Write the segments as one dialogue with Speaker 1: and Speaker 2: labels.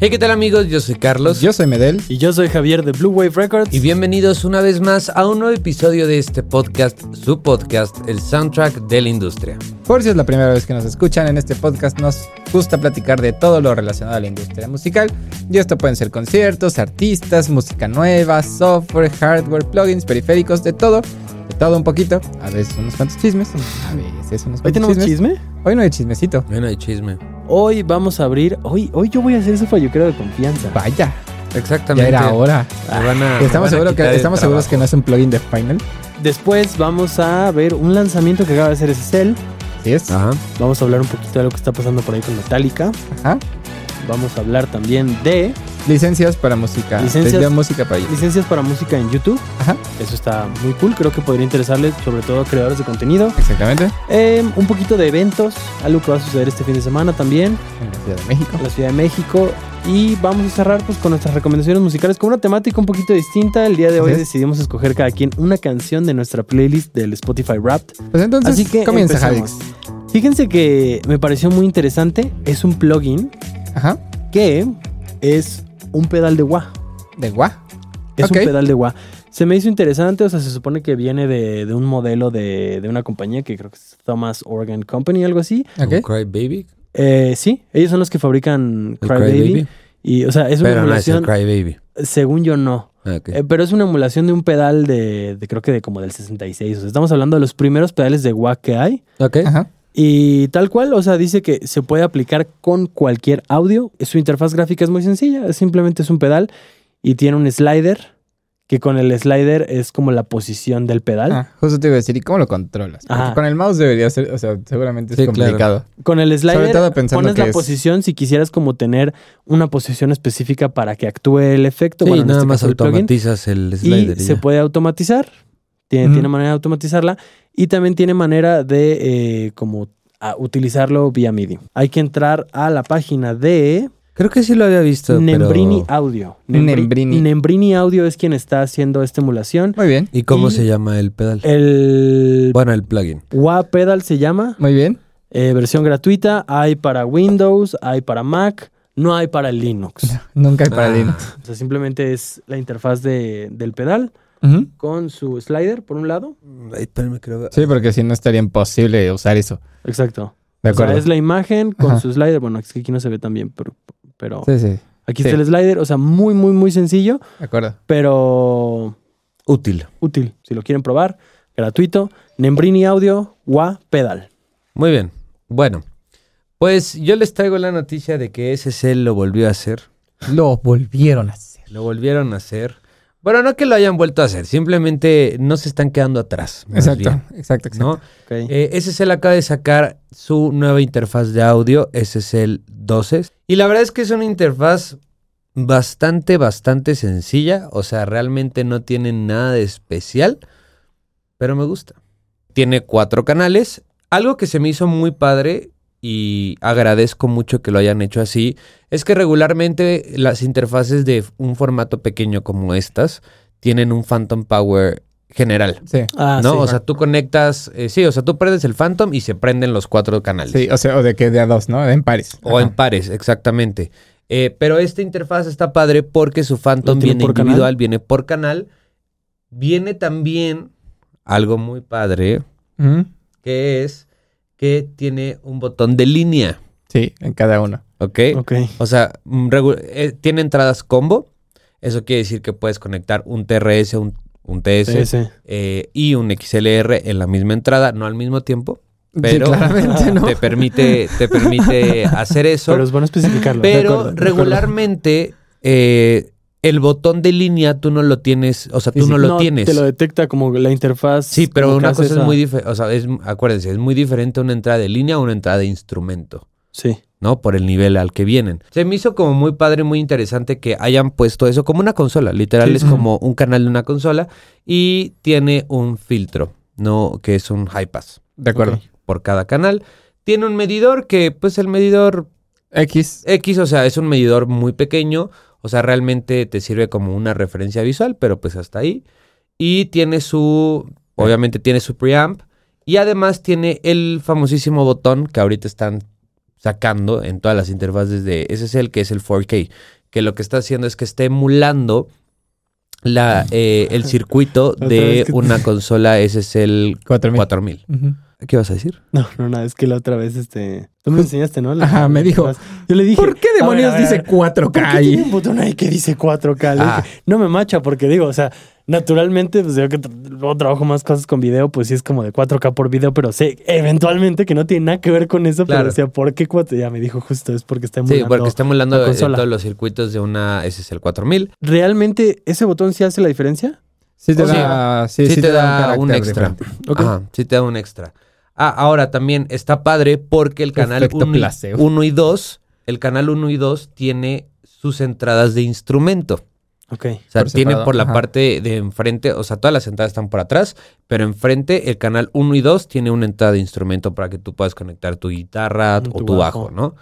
Speaker 1: Hey, ¿qué tal amigos? Yo soy Carlos.
Speaker 2: Yo soy Medel.
Speaker 3: Y yo soy Javier de Blue Wave Records.
Speaker 1: Y bienvenidos una vez más a un nuevo episodio de este podcast, su podcast, el soundtrack de la industria.
Speaker 2: Por si es la primera vez que nos escuchan, en este podcast nos gusta platicar de todo lo relacionado a la industria musical. Y esto pueden ser conciertos, artistas, música nueva, software, hardware, plugins, periféricos, de todo. De todo un poquito. A veces unos cuantos chismes. A veces unos cuantos
Speaker 3: ¿Hoy tenemos
Speaker 2: chismes.
Speaker 3: chisme?
Speaker 2: Hoy no hay chismecito.
Speaker 1: Bueno, hay chisme.
Speaker 3: Hoy vamos a abrir. Hoy, hoy yo voy a hacer su falluquero de confianza.
Speaker 2: Vaya, ya
Speaker 1: Exactamente.
Speaker 2: era hora.
Speaker 1: Me van
Speaker 3: Ah,
Speaker 1: a- me van a
Speaker 2: Estamos, seguros
Speaker 1: quitar
Speaker 2: que,
Speaker 1: el
Speaker 2: estamos seguros
Speaker 1: trabajo.
Speaker 2: que no es un plugin de Final.
Speaker 3: Después vamos a ver un lanzamiento que acaba de hacer Cell.
Speaker 2: Así es.
Speaker 1: Ajá.
Speaker 3: Ah. Vamos a hablar un poquito de lo que está pasando por ahí con Metallica.
Speaker 2: Ajá.
Speaker 3: Vamos a hablar también de
Speaker 2: Licencias para música.
Speaker 3: Licencias.
Speaker 2: Licencias. música para ellos.
Speaker 3: licencias para música en YouTube.
Speaker 2: Ajá.
Speaker 3: Eso está muy cool. Creo que podría interesarle, sobre todo a creadores de contenido.
Speaker 2: Exactamente.
Speaker 3: Eh, un poquito de eventos. Algo que va a suceder este fin de semana también.
Speaker 2: En la Ciudad de México.
Speaker 3: a la Ciudad de México. Y vamos a cerrar pues con nuestras recomendaciones musicales con una temática un poquito distinta. El día de hoy
Speaker 2: Así es.
Speaker 3: decidimos escoger cada quien una canción de nuestra playlist del Spotify Wrapped.
Speaker 2: Pues entonces
Speaker 3: Así que
Speaker 2: comienza,
Speaker 3: empecemos.
Speaker 2: Javix.
Speaker 3: Fíjense que me pareció muy interesante. Es un plugin
Speaker 2: Ajá.
Speaker 3: que es un pedal de wah.
Speaker 2: De guá.
Speaker 3: Es
Speaker 2: Ok.
Speaker 3: un pedal de wah. Se me hizo interesante, o sea, se supone que viene de, de un modelo de, de una compañía que creo que es Thomas Organ Company, algo así.
Speaker 2: Ok.
Speaker 1: Cry Baby.
Speaker 3: Eh, sí, ellos son los que fabrican
Speaker 1: El
Speaker 3: Crybaby.
Speaker 1: Crybaby.
Speaker 3: Y, o sea, es una
Speaker 1: Pero no es el
Speaker 3: emulación,
Speaker 1: Cry Baby.
Speaker 3: según yo no.
Speaker 1: Ah, ok.
Speaker 3: Eh, pero es una emulación de un pedal de, de creo que de como del 66. O sea, estamos hablando de los primeros pedales de wah que hay.
Speaker 1: Ok.
Speaker 2: Ajá.
Speaker 3: Y tal cual, o sea, dice que se puede aplicar con cualquier audio. Su interfaz gráfica es muy sencilla, simplemente es un pedal y tiene un slider, que con el slider es como la posición del pedal.
Speaker 2: Ah, justo te iba a decir, ¿y cómo lo controlas? Porque
Speaker 3: Ajá.
Speaker 2: con el mouse debería ser, o sea, seguramente es
Speaker 1: Sí, claro.
Speaker 2: complicado.
Speaker 3: Con el slider
Speaker 2: todo pensando
Speaker 3: pones
Speaker 2: que
Speaker 3: la
Speaker 2: es-
Speaker 3: posición si quisieras como tener una posición específica para que actúe el efecto.
Speaker 1: Sí,
Speaker 3: Bueno, en
Speaker 1: nada
Speaker 3: este
Speaker 1: más
Speaker 3: caso el plugin.
Speaker 1: automatizas el
Speaker 3: y
Speaker 1: slider.
Speaker 3: se
Speaker 1: ya.
Speaker 3: puede automatizar. Tiene,
Speaker 2: Ujú.
Speaker 3: tiene manera de automatizarla y también tiene manera de eh, como a utilizarlo vía MIDI. Hay que entrar a la página de
Speaker 1: Creo que sí lo había visto.
Speaker 3: Nembrini
Speaker 1: pero-
Speaker 3: Audio.
Speaker 2: Nembrini.
Speaker 3: Nembrini Audio es quien está haciendo esta emulación.
Speaker 2: Muy bien,
Speaker 1: ¿Y cómo
Speaker 3: y-
Speaker 1: se llama el pedal?
Speaker 3: El
Speaker 1: Bueno, el plugin.
Speaker 3: WA Pedal se llama,
Speaker 2: muy bien.
Speaker 3: eh, versión gratuita. Hay para Windows, hay para Mac, no hay para Linux.
Speaker 2: Nunca hay para
Speaker 1: Ah.
Speaker 2: Linux.
Speaker 3: O sea, simplemente es la interfaz de- del pedal
Speaker 2: Ujú.
Speaker 3: con su slider por un lado.
Speaker 1: Ay, espérame, creo que-
Speaker 2: Sí, porque si no estaría imposible usar eso.
Speaker 3: Exacto.
Speaker 2: De
Speaker 3: O sea,
Speaker 2: acuerdo.
Speaker 3: es la imagen con
Speaker 2: Ajá.
Speaker 3: su slider. Bueno, es que aquí no se ve tan bien, pero, pero
Speaker 2: Sí, sí,
Speaker 3: aquí
Speaker 2: sí.
Speaker 3: está el slider. O sea, muy, muy, muy sencillo,
Speaker 2: de acuerdo.
Speaker 3: pero
Speaker 1: Útil.
Speaker 3: útil. Si lo quieren probar, gratuito. Nembrini Audio, WA Pedal.
Speaker 1: Muy bien. Bueno, pues yo les traigo la noticia de que SSL lo volvió a hacer.
Speaker 2: Lo volvieron a hacer.
Speaker 1: Lo volvieron a hacer. Bueno, no que lo hayan vuelto a hacer, simplemente no se están quedando atrás. más
Speaker 2: Exacto,
Speaker 1: bien,
Speaker 2: exacto, exacto.
Speaker 1: ¿no? Eh, SSL acaba de sacar su nueva interfaz de audio, SSL 12. Y la verdad es que es una interfaz bastante, bastante sencilla. O sea, realmente no tiene nada de especial, pero me gusta. Tiene cuatro canales. Algo que se me hizo muy padre y agradezco mucho que lo hayan hecho así es que regularmente las interfaces de un formato pequeño como estas tienen un Phantom Power general.
Speaker 2: Sí.
Speaker 3: Ah,
Speaker 1: ¿no?
Speaker 3: sí.
Speaker 1: O sea, tú conectas, eh, sí, o sea, tú prendes el Phantom y se prenden los cuatro canales.
Speaker 2: Sí, o sea, o de que de a dos, ¿no? En pares.
Speaker 1: O
Speaker 2: Ajá.
Speaker 1: en pares, exactamente. Eh, pero esta interfaz está padre porque su Phantom
Speaker 3: ¿Lo tiene
Speaker 1: viene
Speaker 3: por canal?
Speaker 1: individual, viene por canal. Viene también algo muy padre,
Speaker 2: Ujú.
Speaker 1: que es que tiene un botón de línea,
Speaker 2: Sí, en cada uno.
Speaker 1: ¿ok?
Speaker 3: Ok.
Speaker 1: O sea, mm, regu- eh, tiene entradas combo. Eso quiere decir que puedes conectar un TRS, un, un TS
Speaker 3: Sí, sí.
Speaker 1: eh, y un XLR en la misma entrada, no al mismo tiempo. Pero-
Speaker 2: sí, claramente, ¿no?
Speaker 1: te permite, te permite hacer eso.
Speaker 3: Pero
Speaker 1: Pero,
Speaker 3: es bueno especificarlo. De acuerdo, de acuerdo.
Speaker 1: regularmente eh, el botón de línea tú no lo tienes, o sea, tú
Speaker 2: Sí, sí.
Speaker 1: no lo tienes.
Speaker 3: Te lo detecta como la interfaz.
Speaker 1: Sí, pero
Speaker 3: como que
Speaker 1: una
Speaker 3: hace
Speaker 1: cosa es
Speaker 3: esa-
Speaker 1: muy diferente, o sea, es, acuérdense, es muy diferente una entrada de línea a una entrada de instrumento,
Speaker 3: Sí.
Speaker 1: ¿no? Por el nivel al que vienen. Se me hizo como muy padre, muy interesante que hayan puesto eso como una consola, literal
Speaker 3: Sí,
Speaker 1: es
Speaker 3: sí.
Speaker 1: como un canal de una consola y tiene un filtro, ¿no? Que es un high pass
Speaker 2: De acuerdo.
Speaker 3: Ok.
Speaker 1: por cada canal. Tiene un medidor que, pues el medidor
Speaker 2: X.
Speaker 1: X, o sea, es un medidor muy pequeño, o sea, realmente te sirve como una referencia visual, pero pues hasta ahí. Y tiene su, obviamente tiene su preamp y además tiene el famosísimo botón que ahorita están sacando en todas las interfaces de SSL, que es el 4K, que lo que está haciendo es que está emulando la, eh, el circuito
Speaker 3: Otra
Speaker 1: de
Speaker 3: vez que-
Speaker 1: una consola SSL
Speaker 2: 4000.
Speaker 1: 4000.
Speaker 2: Ujú.
Speaker 1: ¿Qué vas a decir?
Speaker 3: No, no, no, es que la otra vez, este. Tú
Speaker 1: Pues,
Speaker 3: me enseñaste, ¿no? La-
Speaker 2: Ajá, me dijo,
Speaker 3: Yo le dije.
Speaker 2: ¿Por qué
Speaker 3: a ver,
Speaker 2: demonios
Speaker 3: a ver, a
Speaker 2: dice
Speaker 3: ver,
Speaker 2: 4K?
Speaker 3: ¿Por qué tiene
Speaker 2: ahí?
Speaker 3: un botón ahí que dice 4K? Le
Speaker 1: Ah.
Speaker 3: dije, no me macha, porque digo, o sea, naturalmente, pues yo que tra- luego trabajo más cosas con video, pues sí es como de 4K por video, pero sé eventualmente que no tiene nada que ver con eso,
Speaker 1: Claro.
Speaker 3: pero o sea, ¿por qué 4 Ya me dijo justo, es porque está
Speaker 1: Sí,
Speaker 3: emulando.
Speaker 1: porque está emulando
Speaker 3: la
Speaker 1: eh,
Speaker 3: consola.
Speaker 1: todos los circuitos de una SSL 4000.
Speaker 3: ¿Realmente ese botón sí hace la diferencia?
Speaker 2: Sí te
Speaker 1: O sea,
Speaker 2: da, sí,
Speaker 1: Sí,
Speaker 2: sí
Speaker 1: te, da un,
Speaker 2: carácter
Speaker 1: extra.
Speaker 2: diferente.
Speaker 3: Ok.
Speaker 1: Ajá, sí te da un extra. Ah, ahora también está padre porque el canal
Speaker 2: Efecto
Speaker 1: 1 y,
Speaker 2: placebo.
Speaker 1: uno y 2, el canal 1 y 2 tiene sus entradas de instrumento.
Speaker 3: Ok.
Speaker 1: O sea,
Speaker 2: Por
Speaker 1: tiene
Speaker 2: separado,
Speaker 1: por la
Speaker 2: ajá.
Speaker 1: parte de enfrente, o sea, todas las entradas están por atrás, pero enfrente el canal 1 y 2 tiene una entrada de instrumento para que tú puedas conectar tu guitarra
Speaker 3: Mm,
Speaker 1: o
Speaker 3: tu
Speaker 1: tu bajo,
Speaker 3: bajo.
Speaker 1: ¿no?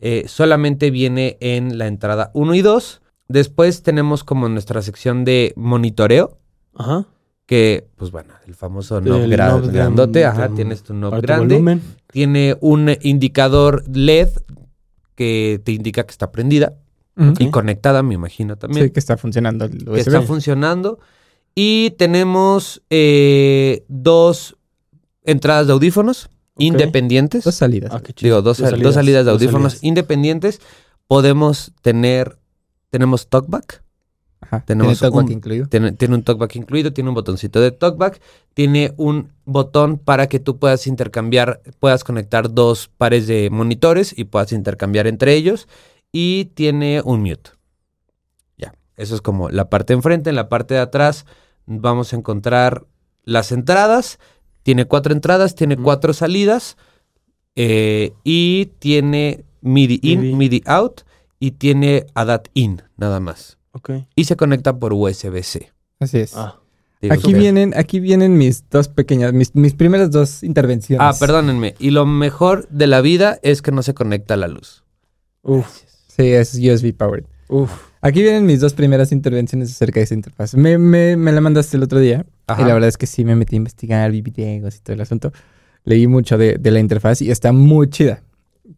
Speaker 1: Eh, solamente viene en la entrada 1 y 2. Después tenemos como nuestra sección de monitoreo,
Speaker 3: Ajá.
Speaker 1: que, pues bueno, el famoso knob
Speaker 3: El
Speaker 1: gra-
Speaker 3: knob de-
Speaker 1: grandote, ajá,
Speaker 3: de-
Speaker 1: tienes tu knob
Speaker 3: Para tu
Speaker 1: grande.
Speaker 3: volumen.
Speaker 1: Tiene un indicador LED que te indica que está prendida
Speaker 2: Ujú.
Speaker 1: y conectada, me imagino también
Speaker 2: Sí, que está funcionando el
Speaker 1: que
Speaker 2: USB.
Speaker 1: está funcionando. Y tenemos eh, dos entradas de audífonos independientes.
Speaker 2: Dos salidas.
Speaker 3: Ah, qué chido.
Speaker 1: Digo, dos, sal- dos salidas, de
Speaker 3: dos
Speaker 1: audífonos
Speaker 3: salidas.
Speaker 1: independientes. Podemos tener, tenemos talkback.
Speaker 2: Ajá.
Speaker 1: Tenemos
Speaker 2: Tiene talkback
Speaker 1: un-
Speaker 2: incluido.
Speaker 1: Tiene, tiene un talkback incluido, tiene un botoncito de talkback, tiene un botón para que tú puedas intercambiar, puedas conectar dos pares de monitores y puedas intercambiar entre ellos. Y tiene un mute. Ya, eso es como la parte de enfrente. En la parte de atrás vamos a encontrar las entradas. Tiene cuatro entradas, tiene
Speaker 3: Ujú.
Speaker 1: cuatro salidas. eh, y tiene MIDI in,
Speaker 3: MIDI.
Speaker 1: MIDI out y tiene ADAT in, nada más.
Speaker 3: Ok.
Speaker 1: Y se conecta por USB-C.
Speaker 2: Así es.
Speaker 3: Ah.
Speaker 1: Digo,
Speaker 2: Aquí
Speaker 1: ok.
Speaker 2: vienen, aquí vienen mis dos pequeñas, mis, mis primeras dos intervenciones.
Speaker 1: Ah, perdónenme. Y lo mejor de la vida es que no se conecta a la luz.
Speaker 3: Uf.
Speaker 2: Sí, es USB powered.
Speaker 3: Uf.
Speaker 2: Aquí vienen mis dos primeras intervenciones acerca de esta interfaz. Me, me- me la mandaste el otro día
Speaker 1: Ajá.
Speaker 2: y la verdad es que sí me metí a investigar, vi videos y todo el asunto. Leí mucho de, de la interfaz y está muy chida.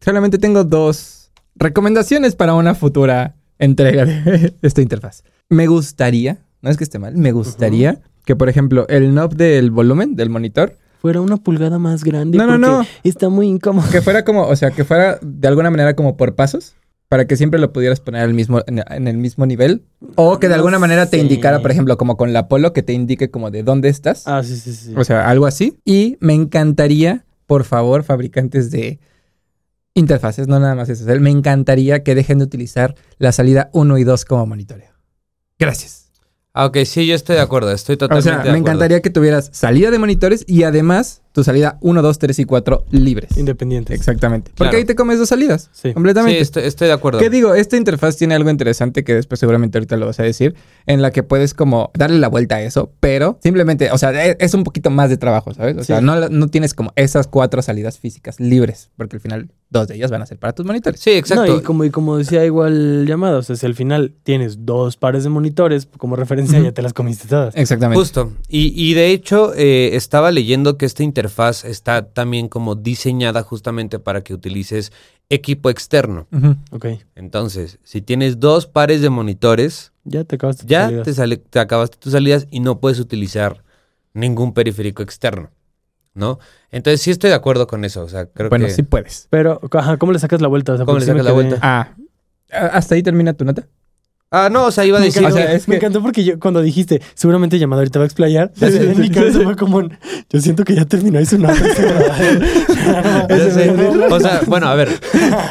Speaker 2: Solamente tengo dos recomendaciones para una futura entrega de esta interfaz. Me gustaría, no es que esté mal, me gustaría que, por ejemplo, el knob del volumen del monitor
Speaker 3: Fuera una pulgada más grande.
Speaker 2: No, no,
Speaker 3: porque Está muy incómodo.
Speaker 2: Que fuera como, o sea, que fuera de alguna manera como por pasos, para que siempre lo pudieras poner al mismo, en, en el mismo nivel. O que de
Speaker 3: No
Speaker 2: alguna manera te
Speaker 3: sé.
Speaker 2: indicara, por ejemplo, como con la polo, que te indique como de dónde estás.
Speaker 3: Ah, sí, sí, sí.
Speaker 2: O sea, algo así. Y me encantaría, por favor, fabricantes de interfaces, no nada más eso. Me encantaría que dejen de utilizar la salida 1 y 2 como monitoreo. Gracias.
Speaker 1: Ah, ok, sí, yo estoy de acuerdo. Estoy totalmente
Speaker 2: o
Speaker 1: de
Speaker 2: sea, me
Speaker 1: acuerdo.
Speaker 2: encantaría que tuvieras salida de monitores y además tu salida 1, 2, 3 y 4 libres.
Speaker 3: Independiente.
Speaker 2: Exactamente. Porque
Speaker 1: Claro.
Speaker 2: ahí te comes dos salidas.
Speaker 3: Sí.
Speaker 1: Sí,
Speaker 2: Completamente.
Speaker 1: estoy, estoy de acuerdo.
Speaker 2: ¿Qué digo? Esta interfaz tiene algo interesante que después seguramente ahorita lo vas a decir, en la que puedes como darle la vuelta a eso, pero simplemente, o sea, e- es un poquito más de trabajo, ¿sabes? O
Speaker 3: Sí.
Speaker 2: sea, no, la- no tienes como esas cuatro salidas físicas libres, porque al final dos de ellas van a ser para tus monitores.
Speaker 1: Sí, exacto.
Speaker 3: No, y como, y como decía igual llamada, o sea, si al final tienes dos pares de monitores como referencia,
Speaker 2: Ujú.
Speaker 3: ya te las comiste
Speaker 1: Eh.
Speaker 3: todas.
Speaker 2: Exactamente.
Speaker 1: Justo. Y, y de hecho, eh, estaba leyendo que esta interfaz está también como diseñada justamente para que utilices equipo externo.
Speaker 2: Ujú.
Speaker 3: Ok.
Speaker 1: Entonces, si tienes dos pares de monitores,
Speaker 3: Ya te acabaste. tus
Speaker 1: ya
Speaker 3: salidas.
Speaker 1: te, sale- te acabaste tus salidas y no puedes utilizar ningún periférico externo, ¿no? Entonces sí estoy de acuerdo con eso, o sea, creo
Speaker 2: Bueno,
Speaker 1: que...
Speaker 2: sí puedes.
Speaker 3: Pero, ajá, ¿cómo le sacas la vuelta? O sea,
Speaker 1: ¿Cómo
Speaker 3: porque
Speaker 1: le
Speaker 3: sí me
Speaker 1: sacas la
Speaker 3: quedé-
Speaker 1: vuelta?
Speaker 2: Ah, a- hasta ahí termina tu nota.
Speaker 1: Ah, no, o sea, iba a
Speaker 3: Me
Speaker 1: decir...
Speaker 3: encantó,
Speaker 2: o sea, es
Speaker 3: me
Speaker 2: que-
Speaker 3: encantó porque yo cuando dijiste, seguramente llamada ahorita va a explayar,
Speaker 2: Sí, sí,
Speaker 3: en mi
Speaker 2: sí.
Speaker 3: cabeza fue como, un, yo siento que ya terminó y su nota.
Speaker 1: Ya sé. o sea, bueno, a ver,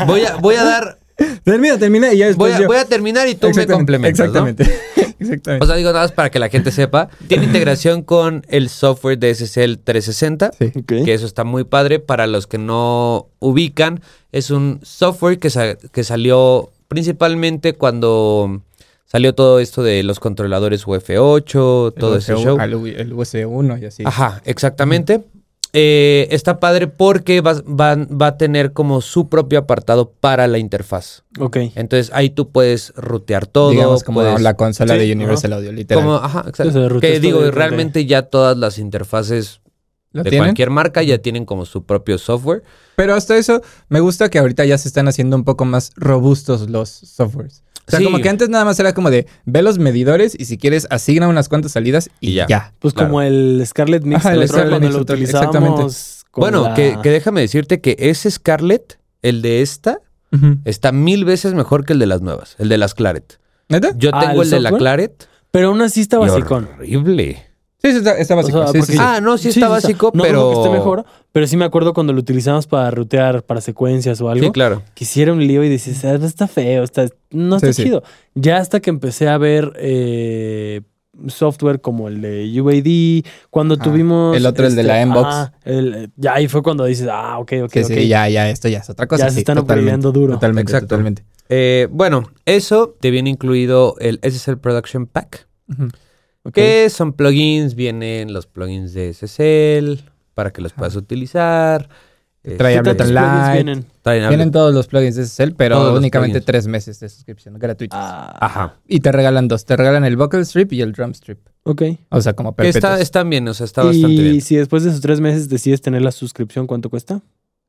Speaker 1: voy a, voy a dar...
Speaker 2: Termina, termina y ya después
Speaker 1: Voy a,
Speaker 2: Este yo-
Speaker 1: voy a terminar y tú me
Speaker 2: Exactamente,
Speaker 1: complementas, ¿no?
Speaker 2: Exactamente. exactamente.
Speaker 1: O sea, digo nada más para que la gente sepa. Tiene integración con el software de SSL 360.
Speaker 2: Sí.
Speaker 1: que eso está muy padre. Para los que no ubican, es un software que, sa- que salió principalmente cuando salió todo esto de los controladores UF8, todo ese
Speaker 2: USU,
Speaker 1: show.
Speaker 2: al U- El USB1 y así.
Speaker 1: Ajá, exactamente. Eh, está padre porque va, van- va a tener como su propio apartado para la interfaz.
Speaker 3: ok.
Speaker 1: Entonces ahí tú puedes rutear todo. pues,
Speaker 2: digamos como
Speaker 1: puedes-
Speaker 2: la consola
Speaker 3: Sí,
Speaker 2: de Universal Audio, literal.
Speaker 1: como, ajá, exacto.
Speaker 3: Eso de ruteas
Speaker 1: Que
Speaker 3: todo
Speaker 1: digo,
Speaker 3: directamente.
Speaker 1: realmente ya todas las interfaces
Speaker 2: ¿Lo
Speaker 1: de
Speaker 2: tienen?
Speaker 1: cualquier marca, ya tienen como su propio software.
Speaker 2: Pero hasta eso, me gusta que ahorita ya se están haciendo un poco más robustos los softwares. O sea,
Speaker 1: Sí.
Speaker 2: como que antes nada más era como de ve los medidores y si quieres asigna unas cuantas salidas y,
Speaker 1: Y
Speaker 2: ya.
Speaker 1: ya.
Speaker 3: Pues
Speaker 1: Claro.
Speaker 3: como el Scarlet Mix,
Speaker 2: Ajá, el
Speaker 3: el otro día
Speaker 2: Scarlet
Speaker 3: cuando
Speaker 2: Mix,
Speaker 3: lo
Speaker 2: otro-
Speaker 3: utilizábamos. con
Speaker 1: Bueno,
Speaker 3: la-
Speaker 1: que, que déjame decirte que ese Scarlett, el de esta,
Speaker 2: Ujú.
Speaker 1: está mil veces mejor que el de las nuevas, el de las Claret.
Speaker 2: ¿Neta?
Speaker 1: Yo
Speaker 3: Ah,
Speaker 1: tengo
Speaker 3: ¿el
Speaker 1: el, de la
Speaker 3: software?
Speaker 1: Claret.
Speaker 3: Pero aún así está
Speaker 1: y
Speaker 3: basicón.
Speaker 1: Horrible.
Speaker 2: Sí, sí, está, está
Speaker 3: O sea,
Speaker 2: básico. sí, sí,
Speaker 3: porque-
Speaker 2: sí.
Speaker 1: Ah, no, sí está básico,
Speaker 3: No digo que
Speaker 1: pero-
Speaker 3: esté mejor, pero sí me acuerdo cuando lo utilizamos para rutear, para secuencias o algo.
Speaker 1: Sí, claro.
Speaker 3: Que hiciera un lío y dices, "Ah, está feo, está, no
Speaker 2: Sí,
Speaker 3: está
Speaker 2: sí.
Speaker 3: chido. Ya hasta que empecé a ver eh, software como el de UAD, cuando
Speaker 2: Ah,
Speaker 3: tuvimos... este,
Speaker 2: el otro, el de la Mbox.
Speaker 3: ajá, el- ya ahí fue cuando dices, ah, ok, ok,
Speaker 2: Sí,
Speaker 3: ok.
Speaker 2: sí, ya, ya, esto ya es otra cosa.
Speaker 3: Ya se
Speaker 2: sí,
Speaker 3: están
Speaker 2: totalmente,
Speaker 3: upgradeando duro.
Speaker 2: Totalmente,
Speaker 1: Exacto.
Speaker 2: totalmente.
Speaker 1: Eh, bueno, eso te viene incluido el SSL Production Pack,
Speaker 2: Ujú.
Speaker 3: Ok.
Speaker 1: que son plugins, vienen los plugins de SSL para que los puedas utilizar.
Speaker 2: Ah. Trae
Speaker 1: Este,
Speaker 2: Ableton
Speaker 3: ¿Cuántos plugins
Speaker 2: Live.
Speaker 3: vienen?
Speaker 1: traen
Speaker 2: Tienen
Speaker 1: Ableton.
Speaker 2: todos los plugins de SSL,
Speaker 1: Todos
Speaker 2: pero
Speaker 1: los
Speaker 2: únicamente
Speaker 1: plugins.
Speaker 2: tres meses de suscripción gratuitos.
Speaker 3: Ah,
Speaker 1: Ajá.
Speaker 2: Y te regalan dos. Te regalan el vocal strip y el drum strip.
Speaker 3: ok.
Speaker 2: O sea, como
Speaker 1: Que está,
Speaker 2: perpetuos.
Speaker 1: están bien, o sea, está
Speaker 3: y
Speaker 1: bastante bien.
Speaker 3: si después de esos tres meses decides tener la suscripción, ¿cuánto cuesta?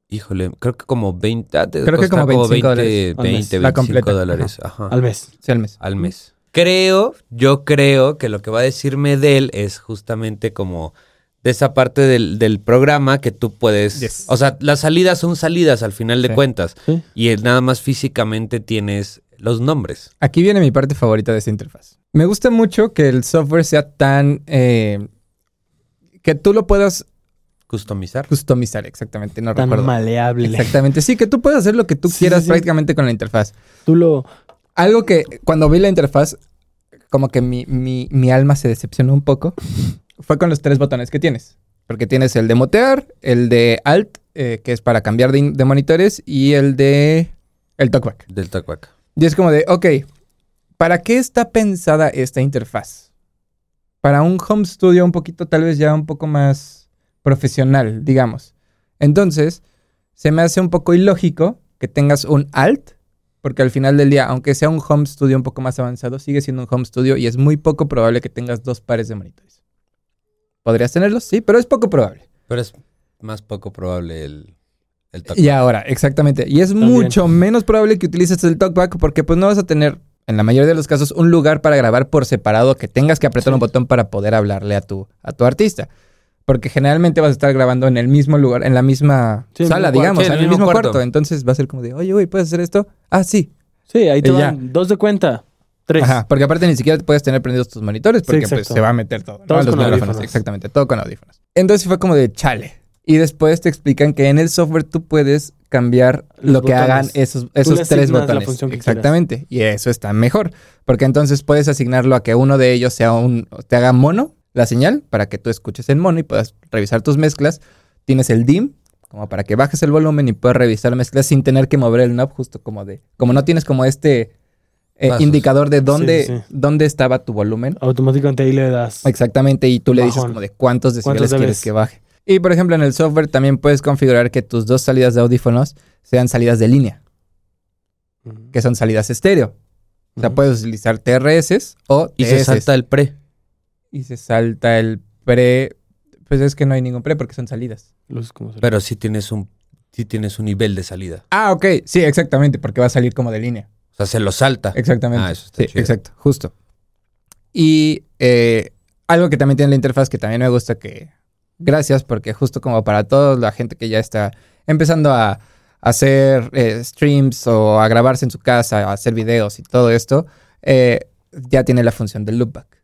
Speaker 1: Híjole, creo que como 20, ah, te
Speaker 2: Creo que
Speaker 1: costaba
Speaker 2: como
Speaker 1: 20,
Speaker 2: 25 dólares
Speaker 3: al mes.
Speaker 1: 20,
Speaker 2: La
Speaker 1: 25
Speaker 2: completa.
Speaker 1: dólares
Speaker 2: Ah.
Speaker 1: ajá,
Speaker 3: Al mes.
Speaker 2: Sí, al mes.
Speaker 1: al mes. Creo, yo creo que lo que va a decirme de él es justamente como de esa parte del, del programa que tú puedes...
Speaker 2: Yes.
Speaker 1: O sea, las salidas son salidas al final de
Speaker 2: Sí.
Speaker 1: cuentas.
Speaker 3: Sí.
Speaker 1: Y el- nada más físicamente tienes los nombres.
Speaker 2: Aquí viene mi parte favorita de esta interfaz. Me gusta mucho que el software sea tan... eh, que tú lo puedas
Speaker 1: Customizar.
Speaker 2: customizar, exactamente. No
Speaker 3: Tan
Speaker 2: recuerdo.
Speaker 3: maleable.
Speaker 2: Exactamente. Sí, que tú puedas hacer lo que tú
Speaker 3: Sí,
Speaker 2: quieras
Speaker 3: sí, sí.
Speaker 2: prácticamente con la interfaz.
Speaker 3: Tú lo...
Speaker 2: Algo que cuando vi la interfaz, como que mi, mi- mi alma se decepcionó un poco, fue con los tres botones que tienes. Porque tienes el de motear, el de alt, eh, que es para cambiar de, in- de monitores, y el de... el talkback.
Speaker 1: Del Tacuac.
Speaker 2: Y es como de, ok, ¿para qué está pensada esta interfaz? Para un home studio un poquito, tal vez ya un poco más profesional, digamos. Entonces, se me hace un poco ilógico que tengas un alt, porque al final del día, aunque sea un home studio un poco más avanzado, sigue siendo un home studio y es muy poco probable que tengas dos pares de monitores. Podrías tenerlos, sí, pero es poco probable.
Speaker 1: Pero es más poco probable el, el Tacuac.
Speaker 2: Y ahora, exactamente. Y es
Speaker 3: También.
Speaker 2: mucho menos probable que utilices el talkback porque pues no vas a tener, en la mayoría de los casos, un lugar para grabar por separado que tengas que apretar
Speaker 3: Sí.
Speaker 2: un botón para poder hablarle a tu, a tu artista. Porque generalmente vas a estar grabando en el mismo lugar, en la misma
Speaker 3: Sí, el
Speaker 2: sala,
Speaker 3: mismo
Speaker 2: digamos,
Speaker 1: cuarto. Sí,
Speaker 2: en el mismo, cuarto. Entonces va a ser como de, oye, güey, ¿puedes hacer esto? Ah, sí.
Speaker 3: Sí, ahí te
Speaker 2: Y ya.
Speaker 3: van dos de cuenta, tres.
Speaker 2: Ajá, porque aparte ni siquiera puedes tener prendidos tus monitores porque pues,
Speaker 3: exacto.
Speaker 2: se va a meter todo. ¿no?
Speaker 3: Todos con audífonos.
Speaker 2: Exactamente, todo con audífonos. Entonces fue como de chale. Y después te explican que en el software tú puedes cambiar
Speaker 3: Los
Speaker 2: lo que
Speaker 3: botones.
Speaker 2: hagan esos,
Speaker 3: le
Speaker 2: esos tres
Speaker 3: asignas la
Speaker 2: botones.
Speaker 3: función que
Speaker 2: Exactamente. Y eso está mejor. Porque entonces puedes asignarlo a que uno de ellos sea un, te haga mono la señal para que tú escuches en mono y puedas revisar tus mezclas. Tienes el DIM como para que bajes el volumen y puedas revisar mezclas sin tener que mover el knob justo como de... Como no tienes como este eh,
Speaker 1: Pasos.
Speaker 2: indicador de dónde,
Speaker 3: sí.
Speaker 2: dónde estaba tu volumen.
Speaker 3: Automáticamente ahí le das.
Speaker 2: Exactamente, y tú le dices
Speaker 3: Bajón.
Speaker 2: como de cuántos decibeles
Speaker 3: ¿Cuántos
Speaker 2: quieres
Speaker 3: debes?
Speaker 2: que baje. Y por ejemplo, en el software también puedes configurar que tus dos salidas de audífonos sean salidas de línea, que son salidas estéreo. O sea,
Speaker 3: Ujú.
Speaker 2: puedes utilizar TRS o TS.
Speaker 1: Y se salta el pre.
Speaker 2: y se salta el pre. Pues es que no hay ningún pre porque son salidas.
Speaker 3: Luz, ¿cómo se llama?
Speaker 1: Pero sí tienes un, sí tienes un nivel de salida.
Speaker 2: Ah, ok. Sí, exactamente, porque va a salir como de línea.
Speaker 1: O sea, se lo salta.
Speaker 2: Exactamente.
Speaker 1: Ah, eso está
Speaker 2: sí,
Speaker 1: chido.
Speaker 2: exacto, justo. Y eh, algo que también tiene la interfaz que también me gusta que... Gracias, porque justo como para toda la gente que ya está empezando a hacer eh, streams o a grabarse en su casa, a hacer videos y todo esto, eh, ya tiene la función del loopback.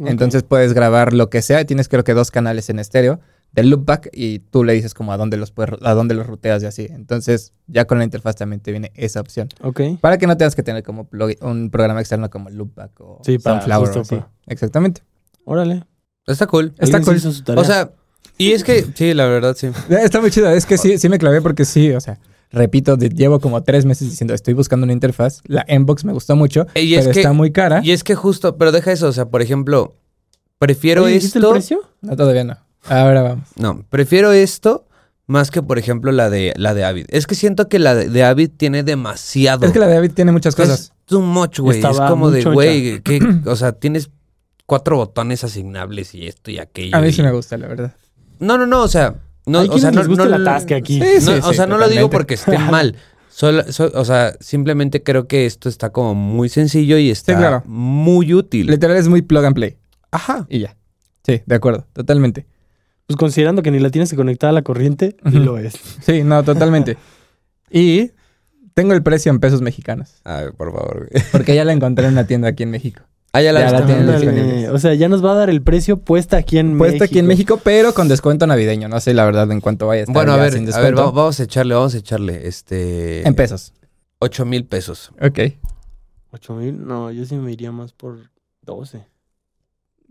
Speaker 3: Ok.
Speaker 2: Entonces puedes grabar lo que sea. Tienes creo que dos canales en estéreo del loopback y tú le dices como a dónde los puedes- a dónde los ruteas y así. Entonces ya con la interfaz también te viene esa opción.
Speaker 3: Ok.
Speaker 2: Para que no tengas que tener como plug- un programa externo como Loopback o
Speaker 3: Sí, para-
Speaker 2: Sunflower.
Speaker 3: justo
Speaker 2: o así.
Speaker 3: para-
Speaker 2: Exactamente.
Speaker 3: Órale.
Speaker 1: Está cool.
Speaker 2: Está
Speaker 3: Alguien sí
Speaker 2: cool.
Speaker 3: hizo su tarea.
Speaker 1: O sea, y es que, sí, la verdad, sí.
Speaker 2: Eh, Está muy chido. Es que sí, sí me clavé porque sí, o sea, repito, de- llevo como tres meses diciendo estoy buscando una interfaz. La Inbox me gustó mucho,
Speaker 1: Eh, y es
Speaker 2: pero
Speaker 1: que-
Speaker 2: está muy cara.
Speaker 1: Y es que justo, pero deja eso, o sea, por ejemplo, prefiero
Speaker 3: Oye, ¿dijiste
Speaker 1: esto.
Speaker 3: el precio?
Speaker 2: No, todavía no. Ahora vamos.
Speaker 1: No, prefiero esto más que, por ejemplo, la de la de Avid. Es que siento que la de, de Avid tiene demasiado.
Speaker 2: Es que la de David tiene muchas
Speaker 1: es
Speaker 2: cosas.
Speaker 1: too much, güey. Es
Speaker 3: Estaba
Speaker 1: como
Speaker 3: muy
Speaker 1: de,
Speaker 3: choncha.
Speaker 1: güey, que, o sea, tienes cuatro botones asignables y esto y aquello.
Speaker 2: A mí
Speaker 1: y-
Speaker 2: sí me gusta, la verdad.
Speaker 1: No, no, no, o sea, no,
Speaker 3: Hay
Speaker 1: o sea,
Speaker 3: quienes
Speaker 1: no,
Speaker 3: les gusta
Speaker 1: no-
Speaker 3: el atasque aquí.
Speaker 2: Sí,
Speaker 1: no, o sea, no lo digo
Speaker 2: totalmente.
Speaker 1: porque esté mal. Solo- so- o sea, simplemente creo que esto está como muy sencillo y está
Speaker 2: claro.
Speaker 1: muy útil.
Speaker 2: Literal es muy plug and play.
Speaker 1: Ajá.
Speaker 2: Y ya. Sí, de acuerdo, totalmente.
Speaker 3: Pues considerando que ni la tienes conectada a la corriente, y
Speaker 2: Ujú.
Speaker 3: lo es.
Speaker 2: Sí, no, totalmente. y tengo el precio en pesos mexicanos,
Speaker 1: A ver, por favor. güey.
Speaker 2: porque ya la encontré en una tienda aquí en México.
Speaker 1: Ah, ya la,
Speaker 2: Ya la
Speaker 1: viste.
Speaker 2: tienes
Speaker 1: Ándale.
Speaker 2: disponibles.
Speaker 3: Ándale, O sea, ya nos va a dar el precio puesta aquí en México.
Speaker 2: Puesta aquí en México, pero con descuento navideño. No sé la verdad en cuánto vaya a estar.
Speaker 1: Bueno, a
Speaker 2: ya
Speaker 1: ver,
Speaker 2: sin
Speaker 1: a ver,
Speaker 2: descuento.
Speaker 1: va- vamos a echarle, vamos a echarle, este...
Speaker 2: En pesos.
Speaker 1: 8 mil pesos.
Speaker 2: Ok.
Speaker 3: ¿Ocho mil? No, yo sí me iría más por 12.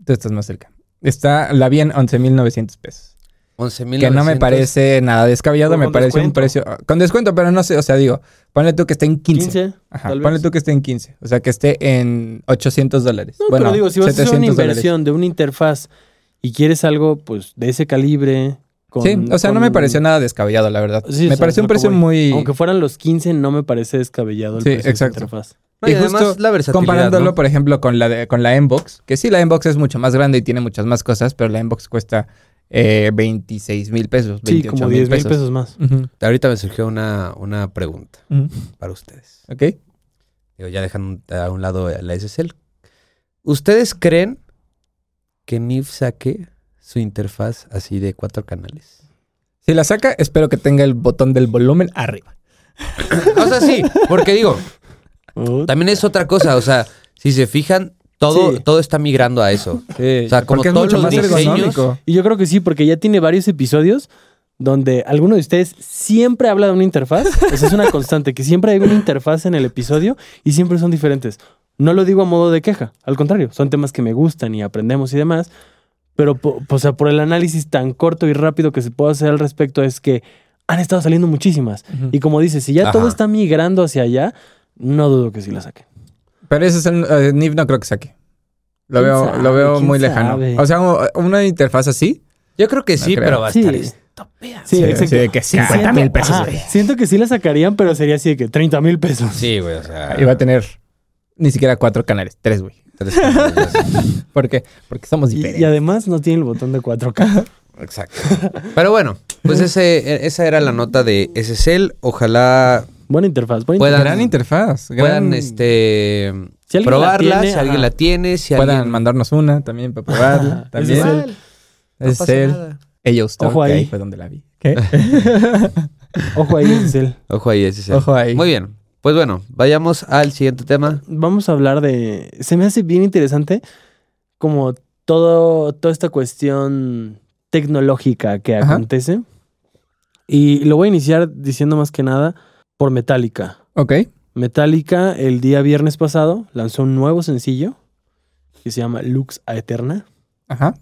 Speaker 2: Tú estás más cerca. Está, la vi en 11.900 pesos.
Speaker 1: 11 mil
Speaker 2: Que no me parece nada descabellado,
Speaker 3: Con
Speaker 2: me parece un
Speaker 3: descuento.
Speaker 2: precio... ah, Con descuento, pero no sé, o sea, digo, ponle tú que esté en 15.
Speaker 3: 15.
Speaker 2: Ajá,
Speaker 3: tal
Speaker 2: ponle
Speaker 3: vez.
Speaker 2: tú que esté en 15. O sea, que esté en 800 dólares.
Speaker 3: No,
Speaker 2: bueno,
Speaker 3: pero digo, si vas a hacer una
Speaker 2: 700 dólares.
Speaker 3: inversión de una interfaz y quieres algo, pues, de ese calibre. con-
Speaker 2: sí, o sea, no me
Speaker 3: con-
Speaker 2: pareció nada descabellado, la verdad.
Speaker 3: Sí, o
Speaker 2: me
Speaker 3: sea,
Speaker 2: pareció un
Speaker 3: lo que
Speaker 2: precio
Speaker 3: voy.
Speaker 2: muy...
Speaker 3: Aunque fueran los 15, no me parece descabellado el
Speaker 2: Sí,
Speaker 3: precio de esa
Speaker 2: exacto.
Speaker 3: interfaz.
Speaker 1: No, y
Speaker 2: Y
Speaker 1: además
Speaker 2: justo
Speaker 1: la versatilidad,
Speaker 2: Comparándolo,
Speaker 1: ¿no?
Speaker 2: por ejemplo, con la, de- con la Inbox, que sí, la Inbox es mucho más grande y tiene muchas más cosas, pero la Inbox cuesta eh, 26 mil pesos,
Speaker 3: Sí,
Speaker 2: 28
Speaker 3: como 10 mil pesos más.
Speaker 2: Ujú,
Speaker 1: Ahorita me surgió una, una pregunta
Speaker 2: ujú.
Speaker 1: para ustedes.
Speaker 2: ¿Ok?
Speaker 1: Digo, ya dejan a un lado la SSL. ¿Ustedes creen que NIF saque su interfaz así de cuatro canales?
Speaker 2: Si la saca, espero que tenga el botón del volumen arriba.
Speaker 1: O sea, sí, porque digo, también es otra cosa. O sea, si se fijan, todo,
Speaker 3: Sí.
Speaker 1: todo está migrando a eso.
Speaker 2: Sí,
Speaker 1: O sea, como
Speaker 2: porque es
Speaker 1: todos
Speaker 2: mucho
Speaker 1: los
Speaker 2: más
Speaker 1: diseños-
Speaker 2: ergonómico.
Speaker 3: Y yo creo que sí, porque ya tiene varios episodios donde alguno de ustedes siempre habla de una interfaz. Esa es una constante, que siempre hay una interfaz en el episodio y siempre son diferentes. No lo digo a modo de queja, al contrario, son temas que me gustan y aprendemos y demás. Pero po- o sea, por el análisis tan corto y rápido que se puede hacer al respecto es que han estado saliendo muchísimas.
Speaker 2: Ujú.
Speaker 3: Y como dices, si ya todo
Speaker 1: Ajá.
Speaker 3: está migrando hacia allá, no dudo que sí la saquen.
Speaker 2: Pero ese es el eh, NIF, no creo que saque. Lo
Speaker 3: ¿Quién
Speaker 2: veo,
Speaker 3: sabe?
Speaker 2: lo veo
Speaker 3: ¿Quién
Speaker 2: muy lejano.
Speaker 3: sabe?
Speaker 2: O sea, u- una interfaz así.
Speaker 1: Yo creo que sí,
Speaker 2: creo.
Speaker 1: pero va a
Speaker 3: Sí.
Speaker 1: estar estúpida.
Speaker 3: Sí, Ah. exacto.
Speaker 2: de que 50 mil pesos.
Speaker 3: Ajá,
Speaker 2: güey.
Speaker 3: siento que sí la sacarían, pero sería así de que 30 mil pesos.
Speaker 1: Sí, güey, o sea.
Speaker 2: Y va a tener ni siquiera cuatro canales, tres, güey.
Speaker 1: tres canales.
Speaker 2: ¿Por qué? Porque somos
Speaker 3: Y,
Speaker 2: diferentes.
Speaker 3: y además no tiene el botón de 4K.
Speaker 1: Exacto. Pero bueno, pues ese, esa era la nota de SSL. Ojalá
Speaker 3: Buena interfaz, buena
Speaker 1: Puedan-
Speaker 3: interfaz.
Speaker 2: gran interfaz.
Speaker 1: puedan
Speaker 2: gran-
Speaker 1: este
Speaker 3: Si alguien la
Speaker 1: probarla,
Speaker 3: tiene,
Speaker 1: si alguien
Speaker 3: ajá.
Speaker 1: la tiene, si
Speaker 2: puedan
Speaker 1: alguien
Speaker 2: mandarnos una también para probarla. también.
Speaker 3: es el-
Speaker 1: No
Speaker 2: Es
Speaker 1: pasa
Speaker 2: el
Speaker 1: nada.
Speaker 2: ellos
Speaker 3: Ojo ahí.
Speaker 2: fue donde la vi. ¿Qué?
Speaker 3: Ojo ahí, Excel.
Speaker 1: Ojo ahí, SSL.
Speaker 2: Ojo ahí.
Speaker 1: Muy bien. Pues bueno, vayamos al siguiente tema.
Speaker 3: Vamos a hablar de. Se me hace bien interesante como todo, toda esta cuestión tecnológica que
Speaker 2: Ajá.
Speaker 3: acontece. Y lo voy a iniciar diciendo más que nada por Metallica.
Speaker 2: ok.
Speaker 3: Metallica el día viernes pasado lanzó un nuevo sencillo que se llama Lux Aeterna.
Speaker 2: Ajá.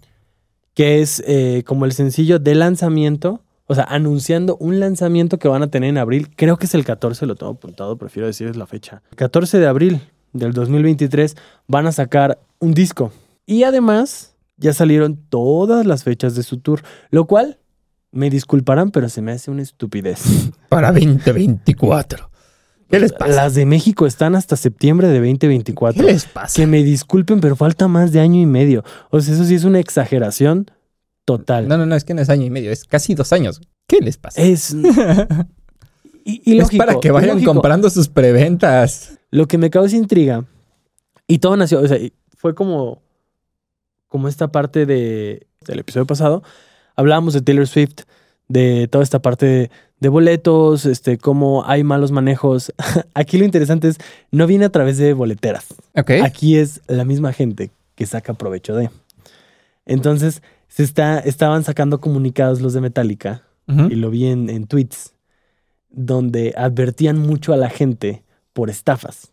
Speaker 3: que es eh, como el sencillo de lanzamiento, o sea, anunciando un lanzamiento que van a tener en abril, creo que es el 14, lo tengo apuntado, prefiero decirles la fecha. 14 de abril del 2023 van a sacar un disco. Y además ya salieron todas las fechas de su tour, lo cual, me disculparán, pero se me hace una estupidez.
Speaker 2: Para 2024. ¿Qué les pasa?
Speaker 3: Las de México están hasta septiembre de 2024.
Speaker 2: ¿Qué les pasa?
Speaker 3: Que me disculpen, pero falta más de año y medio. O sea, eso sí es una exageración total.
Speaker 2: No, no, no, es que no es año y medio, es casi dos años. ¿Qué les pasa?
Speaker 3: Es. y, y
Speaker 2: es
Speaker 3: lógico,
Speaker 2: para que
Speaker 3: y
Speaker 2: vayan
Speaker 3: lógico.
Speaker 2: comprando sus preventas.
Speaker 3: Lo que me causa intriga. Y todo nació. O sea, y fue como. Como esta parte de, del episodio pasado. Hablábamos de Taylor Swift. De toda esta parte de, de boletos. Este, cómo hay malos manejos. Aquí lo interesante es. No viene a través de boleteras.
Speaker 2: Ok.
Speaker 3: Aquí es la misma gente que saca provecho de. Entonces, se está, estaban sacando comunicados los de Metallica
Speaker 2: Ujú.
Speaker 3: y lo vi en, en tweets, donde advertían mucho a la gente por estafas.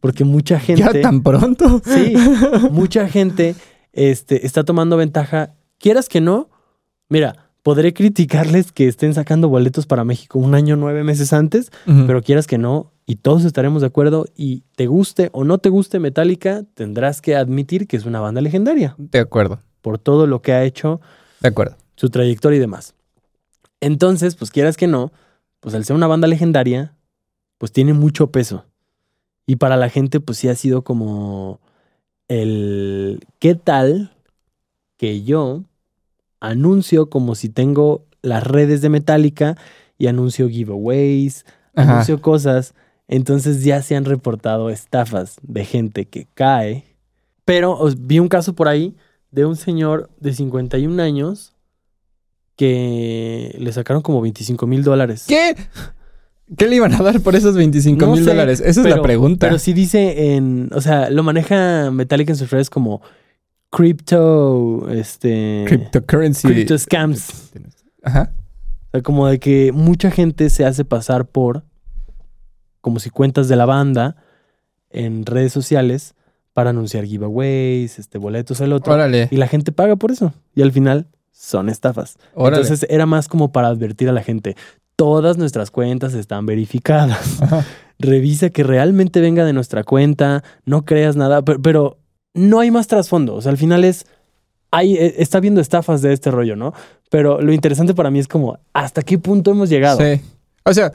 Speaker 3: Porque mucha
Speaker 2: ¿Ya
Speaker 3: gente.
Speaker 2: tan pronto?
Speaker 3: Sí, mucha gente este, está tomando ventaja. Quieras que no, mira, podré criticarles que estén sacando boletos para México un año, nueve meses antes,
Speaker 2: Ujú.
Speaker 3: pero quieras que no, y todos estaremos de acuerdo, y te guste o no te guste Metallica, tendrás que admitir que es una banda legendaria
Speaker 2: De acuerdo,
Speaker 3: por todo lo que ha hecho
Speaker 2: de acuerdo.
Speaker 3: su trayectoria y demás. Entonces, pues quieras que no, pues al ser una banda legendaria, pues tiene mucho peso. Y para la gente, pues sí ha sido como el ¿qué tal que yo anuncio como si tengo las redes de Metallica y anuncio giveaways,
Speaker 2: Ajá.
Speaker 3: anuncio cosas. Entonces ya se han reportado estafas de gente que cae. Pero os- vi un caso por ahí de un señor de 51 años que le sacaron como 25 mil dólares.
Speaker 2: ¿Qué? ¿Qué le iban a dar por esos 25
Speaker 3: No
Speaker 2: mil
Speaker 3: sé,
Speaker 2: dólares? Esa es la
Speaker 3: pero-
Speaker 2: pregunta.
Speaker 3: Pero sí dice en. O sea, lo maneja Metallica en sus redes como crypto. Este.
Speaker 2: Cryptocurrency.
Speaker 3: crypto scams.
Speaker 2: Ajá.
Speaker 3: O sea, como de que mucha gente se hace pasar por. Como si cuentas de la banda en redes sociales para anunciar giveaways, este, boletos, el otro.
Speaker 2: Órale,
Speaker 3: Y la gente paga por eso. Y al final son estafas.
Speaker 2: órale.
Speaker 3: Entonces era más como para advertir a la gente. Todas nuestras cuentas están verificadas.
Speaker 2: Ajá.
Speaker 3: Revisa que realmente venga de nuestra cuenta. No creas nada. Pero, pero no hay más trasfondo. O sea, al final es... Hay, eh, está viendo estafas de este rollo, ¿no? Pero lo interesante para mí es como, ¿hasta qué punto hemos llegado?
Speaker 2: Sí. O sea,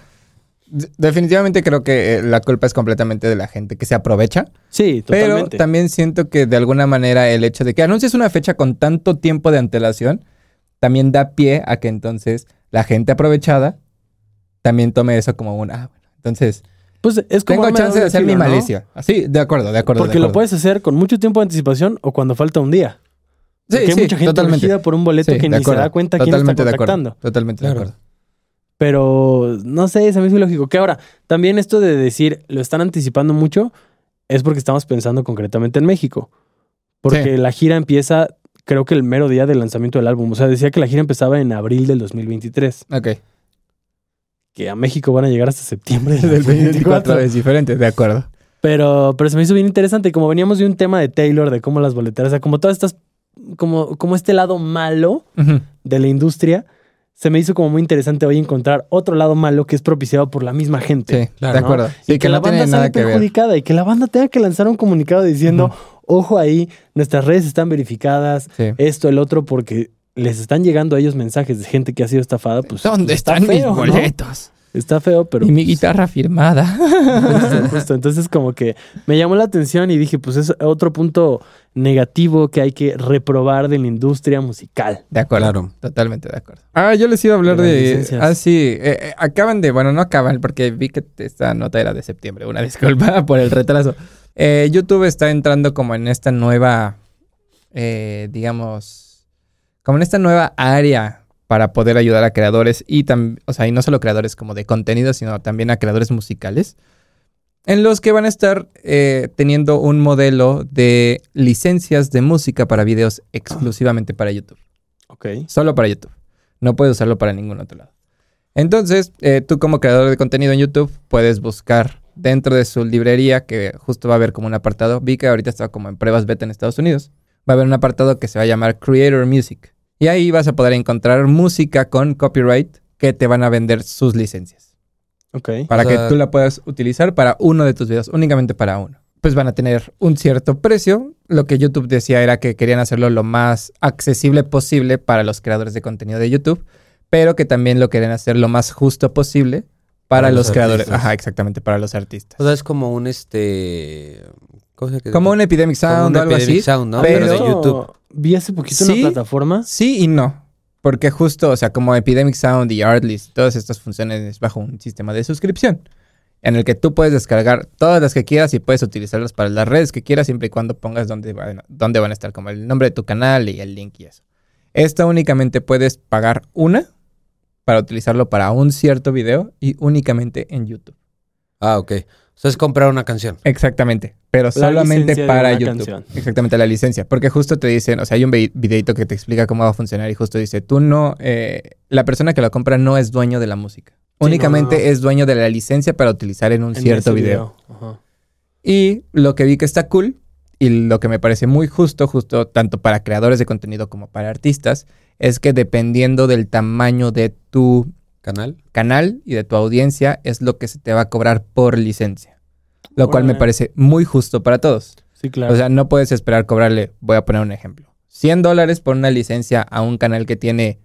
Speaker 2: de- definitivamente creo que eh, la culpa es completamente de la gente que se aprovecha.
Speaker 3: Sí,
Speaker 2: Pero
Speaker 3: totalmente.
Speaker 2: también siento que de alguna manera el hecho de que anuncies una fecha con tanto tiempo de antelación también da pie a que entonces la gente aprovechada también tome eso como un, ah, bueno, entonces
Speaker 3: pues es como...
Speaker 2: tengo
Speaker 3: arma
Speaker 2: chance de
Speaker 3: doble
Speaker 2: hacer mi
Speaker 3: filo, ¿no?
Speaker 2: malicia. Ah, Sí, de acuerdo, de acuerdo. de
Speaker 3: Porque lo
Speaker 2: acuerdo.
Speaker 3: puedes hacer con mucho tiempo de anticipación o cuando falta un día.
Speaker 2: Sí,
Speaker 3: Porque hay
Speaker 2: sí,
Speaker 3: mucha gente
Speaker 2: totalmente.
Speaker 3: urgida por un boleto
Speaker 2: Sí,
Speaker 3: que
Speaker 2: de
Speaker 3: ni se
Speaker 2: acuerdo.
Speaker 3: da cuenta quién está
Speaker 2: Totalmente de
Speaker 3: contactando.
Speaker 2: acuerdo. Totalmente
Speaker 3: Claro.
Speaker 2: de acuerdo.
Speaker 3: Pero no sé, se me hizo lógico. Que ahora, también esto de decir lo están anticipando mucho es porque estamos pensando concretamente en México. Porque
Speaker 2: Sí.
Speaker 3: la gira empieza, creo que el mero día del lanzamiento del álbum. O sea, decía que la gira empezaba en abril del 2023.
Speaker 2: Ok.
Speaker 3: Que a México van a llegar hasta septiembre
Speaker 2: Del
Speaker 3: del
Speaker 2: 24
Speaker 3: 2024.
Speaker 2: es diferente, de acuerdo.
Speaker 3: Pero, pero se me hizo bien interesante. Como veníamos de un tema de Taylor, de cómo las boleteras, o sea, como todas estas, como, como este lado malo
Speaker 2: Ujú.
Speaker 3: de la industria, se me hizo como muy interesante hoy encontrar otro lado malo que es propiciado por la misma gente.
Speaker 2: Sí, de
Speaker 3: ¿no?
Speaker 2: acuerdo. Sí,
Speaker 3: y
Speaker 2: que, no tiene nada que ver.
Speaker 3: perjudicada y que la banda tenga que lanzar un comunicado diciendo, ojo ahí, nuestras redes están verificadas,
Speaker 2: Sí.
Speaker 3: esto, el otro, porque les están llegando a ellos mensajes de gente que ha sido estafada, pues
Speaker 2: ¿Dónde
Speaker 3: está
Speaker 2: están mis
Speaker 3: feo, ¿no?
Speaker 2: boletos?
Speaker 3: está feo, pero... pues
Speaker 2: y mi guitarra firmada.
Speaker 3: Justo, justo. Entonces, como que me llamó la atención y dije, pues es otro punto negativo que hay que reprobar de la industria musical.
Speaker 2: De acuerdo.
Speaker 1: Claro.
Speaker 2: Totalmente de acuerdo. Ah, yo les iba a hablar
Speaker 3: De las
Speaker 2: de.
Speaker 3: licencias.
Speaker 2: Ah, sí. eh, eh, acaban de. Bueno, no acaban, porque vi que esta nota era de septiembre. Una disculpa por el retraso. Eh, YouTube está entrando como en esta nueva. eh, digamos. Como en esta nueva área para poder ayudar a creadores y también. O sea, y no solo creadores como de contenido, sino también a creadores musicales. En los que van a estar eh, teniendo un modelo de licencias de música para videos exclusivamente para YouTube.
Speaker 3: Ok.
Speaker 2: Solo para YouTube. No puedes usarlo para ningún otro lado. Entonces, eh, tú como creador de contenido en YouTube puedes buscar dentro de su librería, que justo va a haber como un apartado. Vi que ahorita está como en pruebas beta en Estados Unidos. Va a haber un apartado que se va a llamar Creator Music. Y ahí vas a poder encontrar música con copyright que te van a vender sus licencias.
Speaker 3: Ok.
Speaker 2: Para
Speaker 1: O sea-
Speaker 2: que tú la puedas utilizar para uno de tus videos, únicamente para uno. Pues van a tener un cierto precio. Lo que YouTube decía era que querían hacerlo lo más accesible posible para los creadores de contenido de YouTube, pero que también lo querían hacer lo más justo posible para,
Speaker 1: Para
Speaker 2: los,
Speaker 1: los
Speaker 2: creadores.
Speaker 1: artistas.
Speaker 2: Ajá, exactamente, para los artistas.
Speaker 1: O sea, es como un este. ¿Cómo se llama?
Speaker 2: como un Epidemic
Speaker 1: Como
Speaker 2: Sound
Speaker 1: un
Speaker 2: o algo
Speaker 1: Epidemic
Speaker 2: así.
Speaker 1: Sound, ¿no?
Speaker 2: pero-
Speaker 1: Pero, de YouTube.
Speaker 3: Vi hace poquito
Speaker 2: Sí.
Speaker 3: una plataforma.
Speaker 2: Sí y no. Porque justo, o sea, como Epidemic Sound y Artlist, todas estas funciones es bajo un sistema de suscripción en el que tú puedes descargar todas las que quieras y puedes utilizarlas para las redes que quieras siempre y cuando pongas dónde van, dónde van a estar, como el nombre de tu canal y el link y eso. Esta únicamente puedes pagar una para utilizarlo para un cierto video y únicamente en YouTube.
Speaker 1: Ah, ok. O sea, es comprar una canción.
Speaker 2: Exactamente, pero
Speaker 3: La
Speaker 2: solamente
Speaker 3: licencia de
Speaker 2: para
Speaker 3: una
Speaker 2: YouTube.
Speaker 3: canción.
Speaker 2: Exactamente, la licencia. Porque justo te dicen, o sea, hay un vi- videito que te explica cómo va a funcionar y justo dice, tú no, eh, la persona que la compra no es dueño de la música.
Speaker 3: no,
Speaker 2: Únicamente
Speaker 3: no.
Speaker 2: es dueño de la licencia para utilizar en un
Speaker 3: en
Speaker 2: cierto
Speaker 3: ese
Speaker 2: video.
Speaker 3: Ajá.
Speaker 2: Y lo que vi que está cool y lo que me parece muy justo, justo tanto para creadores de contenido como para artistas, es que dependiendo del tamaño de tu
Speaker 1: Canal.
Speaker 2: canal y de tu audiencia es lo que se te va a cobrar por licencia. Lo cual me
Speaker 3: Órale.
Speaker 2: parece muy justo para todos.
Speaker 3: Sí, claro.
Speaker 2: O sea, no puedes esperar cobrarle, voy a poner un ejemplo, 100 dólares por una licencia a un canal que tiene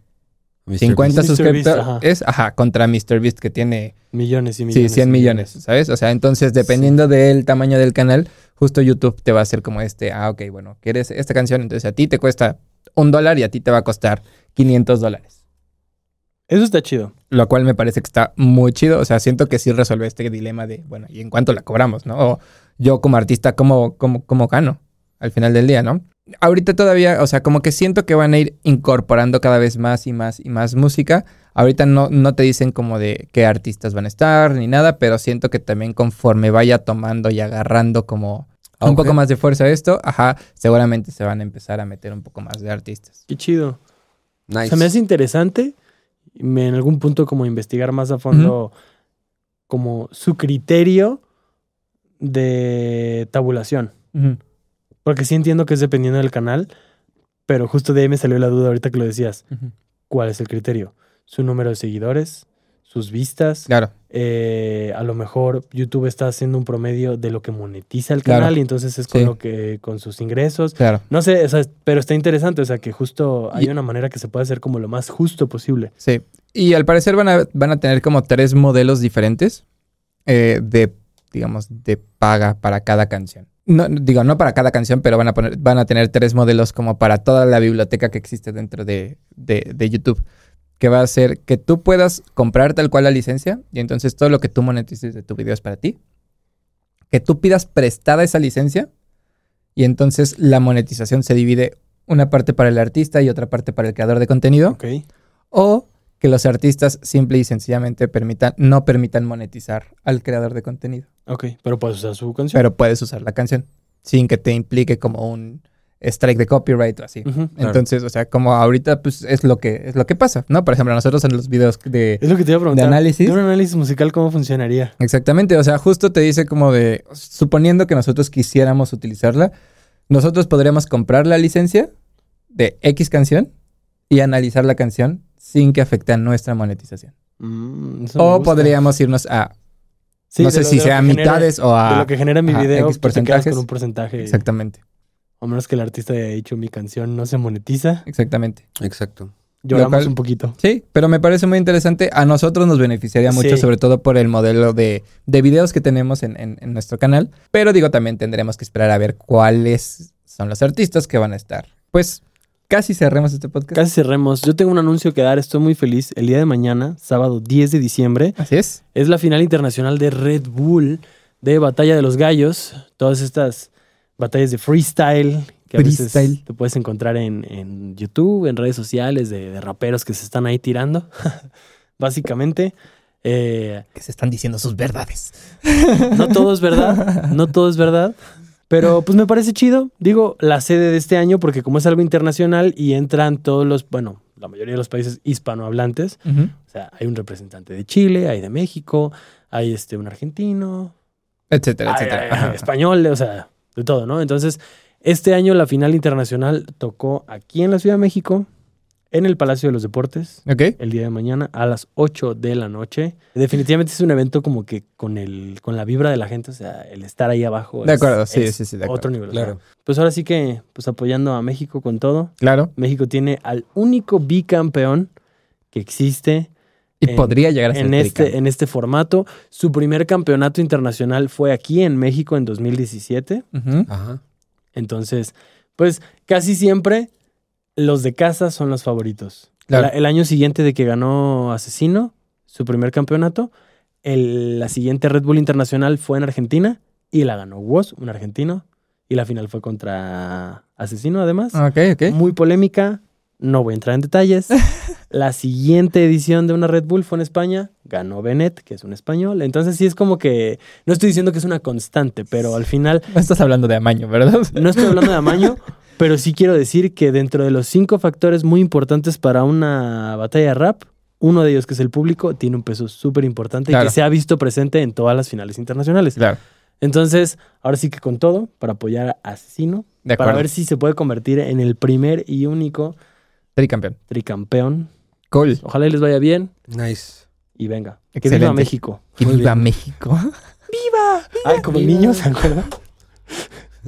Speaker 1: Mr.
Speaker 2: 50
Speaker 3: Beast. Mr. Beast, ajá.
Speaker 2: suscriptores, ajá, contra MrBeast que tiene
Speaker 3: millones y
Speaker 2: sí,
Speaker 3: millones.
Speaker 2: 100
Speaker 3: y
Speaker 2: millones, ¿sabes? O sea, entonces dependiendo del tamaño del canal, justo YouTube te va a hacer como este, ah, ok, bueno, quieres esta canción, entonces a ti te cuesta un dólar y a ti te va a costar 500 dólares.
Speaker 3: Eso está chido.
Speaker 2: Lo cual me parece que está muy chido. O sea, siento que sí resuelve este dilema de, bueno, ¿y en cuánto la cobramos, no? O yo como artista, ¿cómo, cómo, cómo gano al final del día, no? Ahorita todavía, o sea, como que siento que van a ir incorporando cada vez más y más y más música. Ahorita no, no te dicen como de qué artistas van a estar ni nada, pero siento que también conforme vaya tomando y agarrando como un
Speaker 1: Auge.
Speaker 2: poco más de fuerza esto, ajá, seguramente se van a empezar a meter un poco más de artistas.
Speaker 3: Qué chido.
Speaker 1: Nice.
Speaker 3: O sea, me hace interesante me- en algún punto como investigar más a fondo como su criterio de tabulación. Porque sí entiendo que es dependiendo del canal, pero justo de ahí me salió la duda ahorita que lo decías. ¿Cuál es el criterio? ¿Su número de seguidores? ¿Sus vistas?
Speaker 2: Claro.
Speaker 3: eh, a lo mejor YouTube está haciendo un promedio de lo que monetiza el
Speaker 2: Claro.
Speaker 3: canal y entonces es con
Speaker 2: Sí.
Speaker 3: lo que con sus ingresos.
Speaker 2: Claro.
Speaker 3: No sé, o sea, pero está interesante, o sea, que justo hay
Speaker 2: Y-
Speaker 3: una manera que se puede hacer como lo más justo posible.
Speaker 2: Sí. Y al parecer van a, van a tener como tres modelos diferentes eh, de, digamos, de paga para cada canción. No, digo, no para cada canción, pero van a, poner, van a tener tres modelos como para toda la biblioteca que existe dentro de, de- de YouTube. Que va a ser que tú puedas comprar tal cual la licencia y entonces todo lo que tú monetices de tu video es para ti. Que tú pidas prestada esa licencia y entonces la monetización se divide una parte para el artista y otra parte para el creador de contenido
Speaker 3: Ok.
Speaker 2: o que los artistas simple y sencillamente permitan, no permitan monetizar al creador de contenido.
Speaker 3: Ok, pero puedes usar su canción.
Speaker 2: Pero puedes usar la canción sin que te implique como un strike de copyright o así.
Speaker 3: Ujú.
Speaker 1: Claro.
Speaker 2: Entonces, o sea, como ahorita pues es lo que es lo que pasa, ¿no? Por ejemplo, nosotros en los videos de
Speaker 3: Es lo que te iba a preguntar.
Speaker 2: análisis?
Speaker 3: un análisis musical, ¿cómo funcionaría?
Speaker 2: Exactamente, o sea, justo te dice como de, suponiendo que nosotros quisiéramos utilizarla, nosotros podríamos comprar la licencia de X canción y analizar la canción sin que afecte a nuestra monetización.
Speaker 3: Mm, eso me
Speaker 2: O
Speaker 3: gusta.
Speaker 2: podríamos irnos a
Speaker 3: Sí,
Speaker 2: no
Speaker 3: de
Speaker 2: sé
Speaker 3: lo-
Speaker 2: si
Speaker 3: de lo
Speaker 2: sea a
Speaker 3: que genere-
Speaker 2: mitades o
Speaker 3: de
Speaker 2: a...
Speaker 3: lo que genera mi
Speaker 2: ajá,
Speaker 3: video,
Speaker 2: X
Speaker 3: pues te quedas
Speaker 2: porcentajes.
Speaker 3: con un porcentaje.
Speaker 2: Exactamente,
Speaker 3: A menos que el artista haya dicho mi canción no se monetiza,
Speaker 2: exacamente.
Speaker 1: Exacto.
Speaker 3: lloramos
Speaker 2: cual-
Speaker 3: un poquito.
Speaker 2: Sí, pero me parece muy interesante. A nosotros nos beneficiaría mucho,
Speaker 3: Sí.
Speaker 2: sobre todo por el modelo de, de videos que tenemos en, en- en nuestro canal. Pero digo, también tendremos que esperar a ver cuáles son los artistas que van a estar. Pues casi cerremos este podcast.
Speaker 3: Casi cerremos. Yo tengo un anuncio que dar, estoy muy feliz. El día de mañana, sábado 10 de diciembre,
Speaker 2: Así es.
Speaker 3: es la final internacional de Red Bull de Batalla de los Gallos. Todas estas batallas de freestyle que a veces
Speaker 2: Freestyle.
Speaker 3: te puedes encontrar en, en YouTube, en redes sociales, de, de raperos que se están ahí tirando, básicamente. Eh,
Speaker 2: Que se están diciendo sus verdades.
Speaker 3: no todo es verdad, no todo es verdad. Pero pues me parece chido, digo, la sede de este año, porque como es algo internacional y entran todos los, bueno, la mayoría de los países hispanohablantes,
Speaker 2: Ujú.
Speaker 3: o sea, hay un representante de Chile, hay de México, hay este, un argentino,
Speaker 2: Etcétera,
Speaker 3: hay-
Speaker 2: etcétera.
Speaker 3: hay-
Speaker 2: Ajá.
Speaker 3: hay español, o sea, de todo, ¿no? Entonces, este año la final internacional tocó aquí en la Ciudad de México, en el Palacio de los Deportes,
Speaker 2: Ok.
Speaker 3: el día de mañana a las 8 de la noche. Definitivamente es un evento como que con, el, con la vibra de la gente, o sea, el estar ahí abajo.
Speaker 2: De
Speaker 3: es-
Speaker 2: acuerdo, sí,
Speaker 3: es
Speaker 2: sí, sí, de acuerdo.
Speaker 3: Otro nivel. o sea.
Speaker 1: Claro.
Speaker 3: Pues ahora sí que, pues apoyando a México con todo.
Speaker 2: Claro.
Speaker 3: México tiene al único bicampeón que existe
Speaker 2: Y
Speaker 3: En-
Speaker 2: podría llegar a ser
Speaker 3: en
Speaker 2: tricamp.
Speaker 3: este, en este formato. Su primer campeonato internacional fue aquí en México en 2017.
Speaker 2: Ujú.
Speaker 1: Ajá.
Speaker 3: Entonces, pues casi siempre los de casa son los favoritos.
Speaker 2: Claro.
Speaker 3: La- el año siguiente de que ganó Asesino, su primer campeonato, el- la siguiente Red Bull Internacional fue en Argentina y la ganó Woz, un argentino. Y la final fue contra Asesino, además
Speaker 2: Ok, ok.
Speaker 3: muy polémica. No voy a entrar en detalles. La siguiente edición de una Red Bull fue en España. Ganó Benet, que es un español. Entonces sí es como que... No estoy diciendo que es una constante, pero al final
Speaker 2: No estás hablando de amaño, ¿verdad?
Speaker 3: no estoy hablando de amaño, pero sí quiero decir que dentro de los cinco factores muy importantes para una batalla de rap, uno de ellos que es el público, tiene un peso súper importante y
Speaker 2: Claro.
Speaker 3: que se ha visto presente en todas las finales internacionales.
Speaker 2: Claro.
Speaker 3: Entonces, ahora sí que con todo, para apoyar a Asesino,
Speaker 2: De
Speaker 3: para
Speaker 2: acuerdo.
Speaker 3: ver si se puede convertir en el primer y único
Speaker 2: Tricampeón.
Speaker 3: tricampeón.
Speaker 2: Cool.
Speaker 3: Ojalá y les vaya bien
Speaker 1: Nice.
Speaker 3: y venga. Que viva
Speaker 2: Excelente.
Speaker 3: México.
Speaker 2: Que
Speaker 1: Muy
Speaker 2: viva
Speaker 1: bien.
Speaker 2: México.
Speaker 3: Ay, como
Speaker 1: Viva.
Speaker 3: niños, ¿se acuerdan?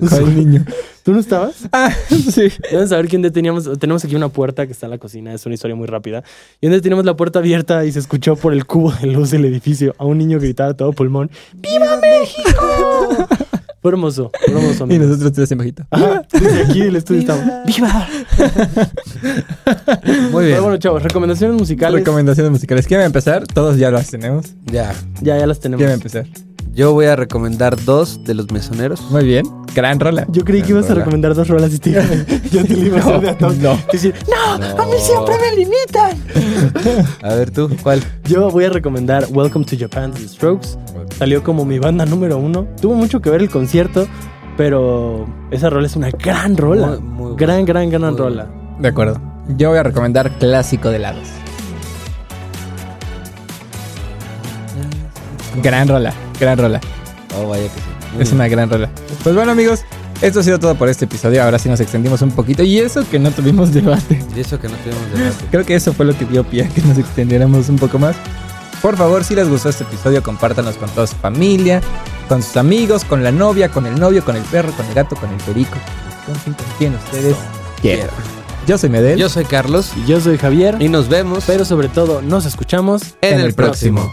Speaker 2: Soy niño.
Speaker 3: ¿Tú no estabas?
Speaker 2: Ah, sí.
Speaker 3: Deben saber que un día teníamos. Tenemos aquí una puerta que está en la cocina, es una historia muy rápida. Y un día teníamos la puerta abierta y se escuchó por el cubo de luz del edificio a un niño gritar a todo pulmón: ¡Viva México! Fue hermoso, fue hermoso.
Speaker 2: Y
Speaker 3: amigo.
Speaker 2: nosotros tres en bajito.
Speaker 3: Ajá, desde aquí el estudio estamos. ¡Viva!
Speaker 1: Muy bien.
Speaker 3: Ah, Pero bueno, chavos, recomendaciones musicales.
Speaker 2: Recomendaciones musicales. ¿Quieren empezar? Todos ya las tenemos.
Speaker 1: Ya.
Speaker 3: ya, ya las tenemos.
Speaker 2: ¿Quieren empezar?
Speaker 1: Yo voy a recomendar dos de los mesoneros.
Speaker 2: Muy bien. Gran rola.
Speaker 3: Yo creí que ibas a
Speaker 1: Rola.
Speaker 3: recomendar dos rolas y te iba, yo te lo iba a hacer de a todos.
Speaker 2: no.
Speaker 3: Decir, no, a mí
Speaker 1: No.
Speaker 3: siempre me limitan.
Speaker 1: A ver tú, ¿cuál?
Speaker 3: Yo voy a recomendar Welcome to Japan de The Strokes. Salió como mi banda número uno. Tuvo mucho que ver el concierto, pero esa rola es una gran rola.
Speaker 1: Muy, muy
Speaker 3: gran, gran, gran
Speaker 1: Muy
Speaker 3: rola.
Speaker 2: De acuerdo. Yo voy a recomendar clásico de helados. Gran rola, gran rola.
Speaker 1: Oh, vaya que sí. Muy
Speaker 2: Es
Speaker 1: bien.
Speaker 2: una gran rola. Pues bueno amigos, esto ha sido todo por este episodio. Ahora sí nos extendimos un poquito. Y eso que no tuvimos debate.
Speaker 1: Y eso que no tuvimos debate.
Speaker 2: Creo que eso fue lo que dio pie a que nos extendiéramos un poco más. Por favor, si les gustó este episodio, compártanos con toda su familia, con sus amigos, con la novia, con el novio, con el perro, con el gato, con el perico. Con quien- con quien ustedes quieran. Yo soy Medel.
Speaker 1: Yo soy Carlos
Speaker 3: Y yo soy Javier,
Speaker 1: y nos vemos
Speaker 3: pero sobre todo nos escuchamos
Speaker 1: en el próximo.